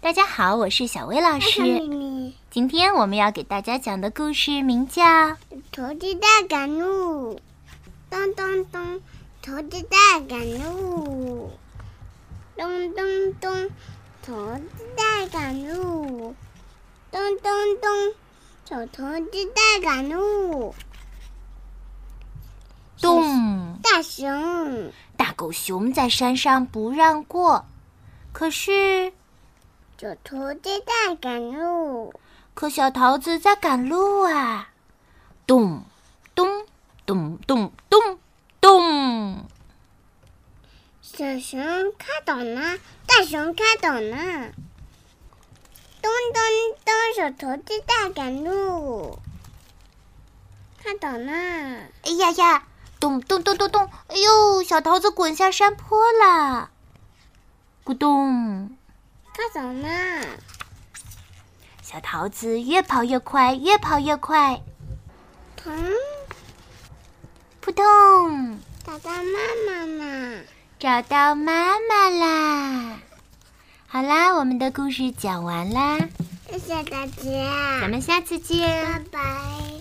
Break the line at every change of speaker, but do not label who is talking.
大家好，我是小薇老
小咪
师。
咪，
今天我们要给大家讲的故事名叫《
投资大赶路，咚咚咚，投资大赶路，咚咚咚，投资大赶路，咚咚咚，走投资大赶路，
动
大熊
大狗熊在山上不让过》，可是
走投资大赶路，
可小桃子在赶路啊，咚咚咚咚咚咚，
小熊看懂了，大熊看懂了，咚咚咚，手投资大赶路，看懂了。
哎呀呀，咚咚咚咚咚，哎呦，小桃子滚下山坡啦！咕咚，
看懂了，
小桃子越跑越快，越跑越快，
疼，
扑通，
找到妈妈了。
找到妈妈啦！好啦，我们的故事讲完啦，
谢谢大
咱
家，
们下次见。
拜拜。